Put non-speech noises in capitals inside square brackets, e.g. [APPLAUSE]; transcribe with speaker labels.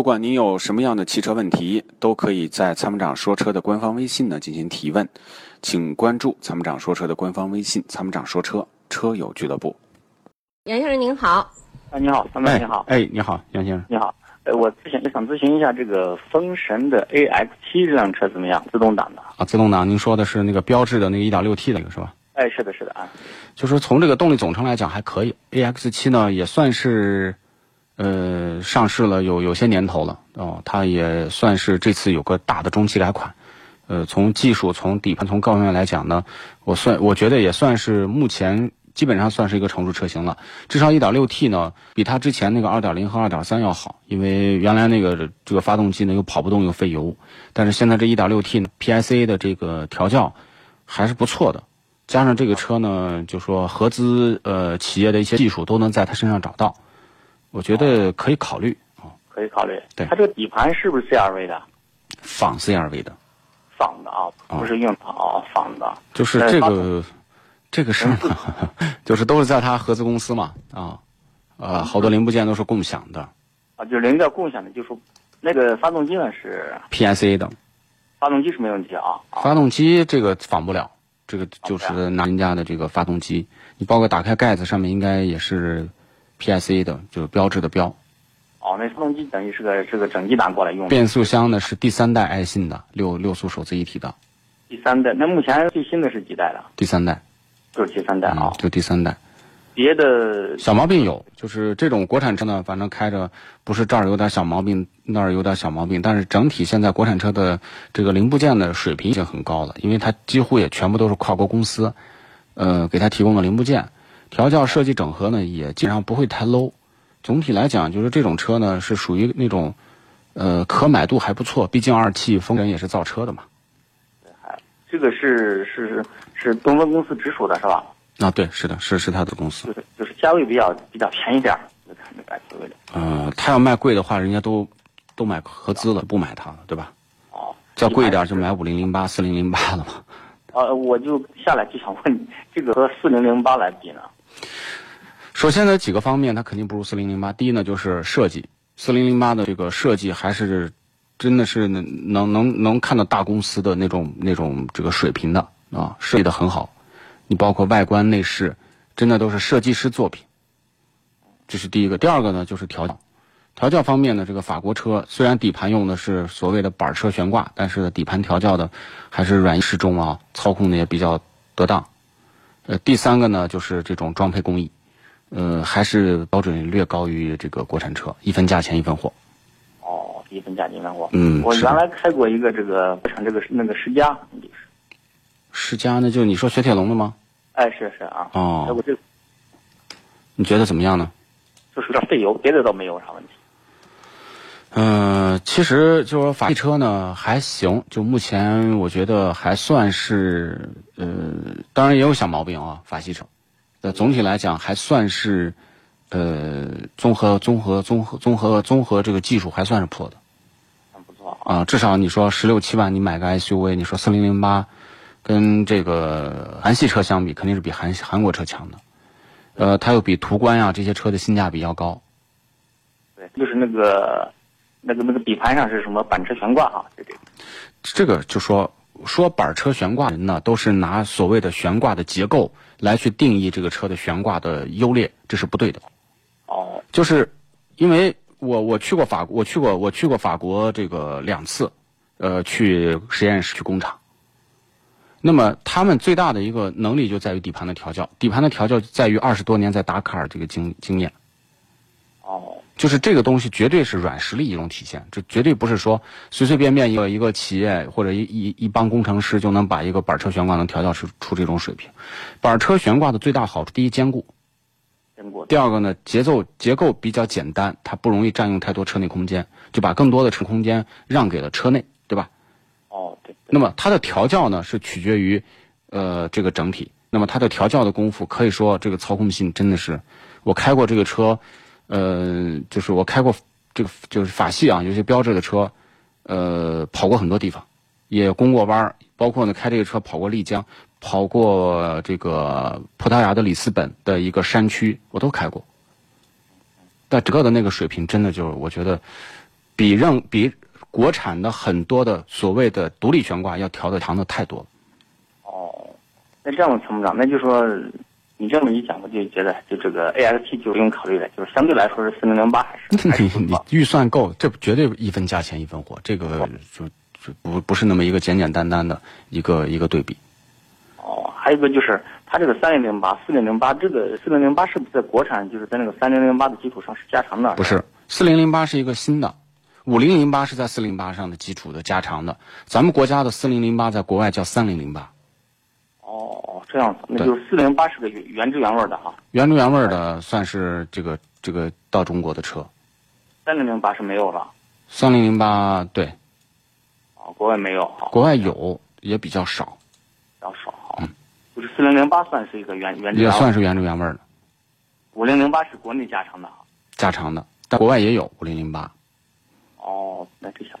Speaker 1: 不管您有什么样的汽车问题，都可以在参谋长说车的官方微信呢进行提问，请关注参谋长说车的官方微信“参谋长说车车友俱乐部
Speaker 2: 杨先生您好，
Speaker 3: 哎，你好，三妹，你好，
Speaker 4: 哎，你好，杨先生。
Speaker 3: 你好，呃，我咨询想咨询一下这个风神的 AX 七这辆车怎么样？自动挡的？
Speaker 4: 啊，自动挡，您说的是那个标志的那个 1.6T 的那个是吧？
Speaker 3: 哎，是的，是的啊，
Speaker 4: 就是从这个动力总成来讲还可以，AX 七呢也算是，呃，上市了有有些年头了哦，它也算是这次有个大的中期改款，呃，从技术、从底盘、从各方面来讲呢，我算我觉得也算是目前基本上算是一个成熟车型了，至少 1.6T 呢比它之前那个2.0和2.3要好，因为原来那个这个发动机呢又跑不动又费油，但是现在这 1.6T 呢 PSA 的这个调教还是不错的。加上这个车呢，就说合资呃企业的一些技术都能在它身上找到，我觉得可以考虑啊，
Speaker 3: 可以考虑。
Speaker 4: 对
Speaker 3: 它这个底盘是不是 CRV 的？
Speaker 4: 仿 CRV 的，
Speaker 3: 仿的啊，
Speaker 4: 哦
Speaker 3: 不是用的啊，仿的。
Speaker 4: 就是
Speaker 3: 哎
Speaker 4: 这
Speaker 3: 发嗯
Speaker 4: 个这个事儿 [LAUGHS] 嘛，就是都是在它合资公司嘛啊，呃，好多零部件都是共享的
Speaker 3: 啊，就是零件共享的，就是那个发动机呢是
Speaker 4: PSA 的，
Speaker 3: 发动机是没问题啊啊，
Speaker 4: 发动机这个仿不了，这个就
Speaker 3: 仿不
Speaker 4: 是拿人家的这个发动机，你包括打开盖子上面应该也是 PSA 的，就是标志的标，
Speaker 3: 哦，那发动机等于是个是个整机拿过来用的。
Speaker 4: 变速箱呢是第三代爱信的六六速手自一体的
Speaker 3: 第三代，那目前最新的是几代了？
Speaker 4: 第三代。
Speaker 3: 就是第三代啊
Speaker 4: 嗯，，就第三代。
Speaker 3: 别的
Speaker 4: 小毛病有，就是这种国产车呢，反正开着不是这儿有点小毛病，那儿有点小毛病，但是整体现在国产车的这个零部件的水平已经很高了，因为它几乎也全部都是跨国公司，呃，给它提供的零部件，调教设计整合呢也基本上不会太 low。总体来讲，就是这种车呢是属于那种，呃，可买度还不错，毕竟二汽丰田也是造车的嘛。
Speaker 3: 这个是是是东风公司直属的是吧？
Speaker 4: 啊，对，是的，是是它的公司
Speaker 3: 就。是就是价位比较比较便宜点儿，就看这个 SUV 的
Speaker 4: 呃，他要卖贵的话，人家都都买合资了，不买它了，对吧？
Speaker 3: 哦。
Speaker 4: 再贵一点就买五零零八、四零零八了嘛。
Speaker 3: 呃，我就下来就想问你，这个和四零零八来比呢？
Speaker 4: 首先呢，几个方面它肯定不如四零零八。第一呢，就是设计，四零零八的这个设计还是真的是能能能能看到大公司的那种那种这个水平的啊，设计的很好。你包括外观内饰，真的都是设计师作品。这是第一个。第二个呢，就是调教。调教方面呢，这个法国车虽然底盘用的是所谓的板车悬挂，但是呢底盘调教的还是软硬适中啊，操控的也比较得当。呃，第三个呢，就是这种装配工艺。呃，还是标准略高于这个国产车，一分价钱一分货。
Speaker 3: 哦，一分价一万我。
Speaker 4: 嗯
Speaker 3: 我
Speaker 4: 是
Speaker 3: 原来开过一个这个国产这个那个世嘉，就是，
Speaker 4: 世嘉呢，就你说雪铁龙的吗？
Speaker 3: 哎，是是啊，
Speaker 4: 哦
Speaker 3: 开过这个
Speaker 4: 你觉得怎么样呢？
Speaker 3: 就是有点费油，别的倒没有啥问题。
Speaker 4: 呃，其实就是说法系车呢还行，就目前我觉得还算是呃，当然也有小毛病啊，法系车，但总体来讲还算是呃，综合综合综合综合综合这个技术还算是破的。
Speaker 3: 很不错啊，
Speaker 4: 啊，至少你说十六七万你买个 SUV，你说四零零八，跟这个韩系车相比，肯定是比韩韩国车强的。呃，它又比途观呀、这些车的性价比要高。
Speaker 3: 对，就是那个那个那个底盘上是什么板车悬挂啊？这这
Speaker 4: 这个就说说板车悬挂人呢，都是拿所谓的悬挂的结构来去定义这个车的悬挂的优劣，这是不对的。
Speaker 3: 哦
Speaker 4: 就是因为我我去过法国，我去过我去过法国这个两次，呃，去实验室去工厂。那么他们最大的一个能力就在于底盘的调教，底盘的调教在于二十多年在达喀尔这个经经验，
Speaker 3: 哦，
Speaker 4: 就是这个东西绝对是软实力一种体现，这绝对不是说随随便便一个一个企业或者一一一帮工程师就能把一个板车悬挂能调教出出这种水平。板车悬挂的最大好处，第一坚固，
Speaker 3: 真过。
Speaker 4: 第二个呢，节奏结构比较简单，它不容易占用太多车内空间，就把更多的车空间让给了车内，对吧？
Speaker 3: 哦，对对，
Speaker 4: 那么它的调教呢是取决于，呃，这个整体。那么它的调教的功夫，可以说这个操控性真的是，我开过这个车，呃，就是我开过这个就是法系啊，有些标志的车，呃，跑过很多地方，也攻过弯儿，包括呢开这个车跑过丽江，跑过这个葡萄牙的里斯本的一个山区，我都开过。但整个的那个水平真的就是，我觉得比让比国产的很多的所谓的独立悬挂要调的长的太多了。
Speaker 3: 哦，那这样，参谋长，那就说你这么一讲，我就觉得就这个 AXT 就不用考虑了，就是相对来说是四零零八还
Speaker 4: [LAUGHS]
Speaker 3: 是还是
Speaker 4: [LAUGHS] 你
Speaker 3: 不
Speaker 4: 哎你
Speaker 3: 错
Speaker 4: 预算够，这绝对一分价钱一分货，这个就就不不是那么一个简简单单的一个一个对比。
Speaker 3: 哦，还有一个就是它这个三零零八、四零零八，这个四零零八是不是在国产就是在那个三零零八的基础上是加长的？
Speaker 4: 不是，四零零八是一个新的，五零零八是在四零八上的基础的加长的。咱们国家的四零零八在国外叫三零零八，
Speaker 3: 哦，这样子，那
Speaker 4: 对
Speaker 3: 就是四零八是个原原汁原味的哈，
Speaker 4: 原汁原味儿的算是这个这个到中国的车。
Speaker 3: 三零零八是没有了，
Speaker 4: 三零零八对
Speaker 3: 啊，国外没有，好
Speaker 4: 国外有也比较少，
Speaker 3: 比较少，好，就是四零零八算是一个原原汁
Speaker 4: 也
Speaker 3: 原味
Speaker 4: 算，是原汁原味儿的
Speaker 3: 五零零八是国内加长的哈。
Speaker 4: 加长的，但国外也有五零零八。
Speaker 3: 哦，那这样。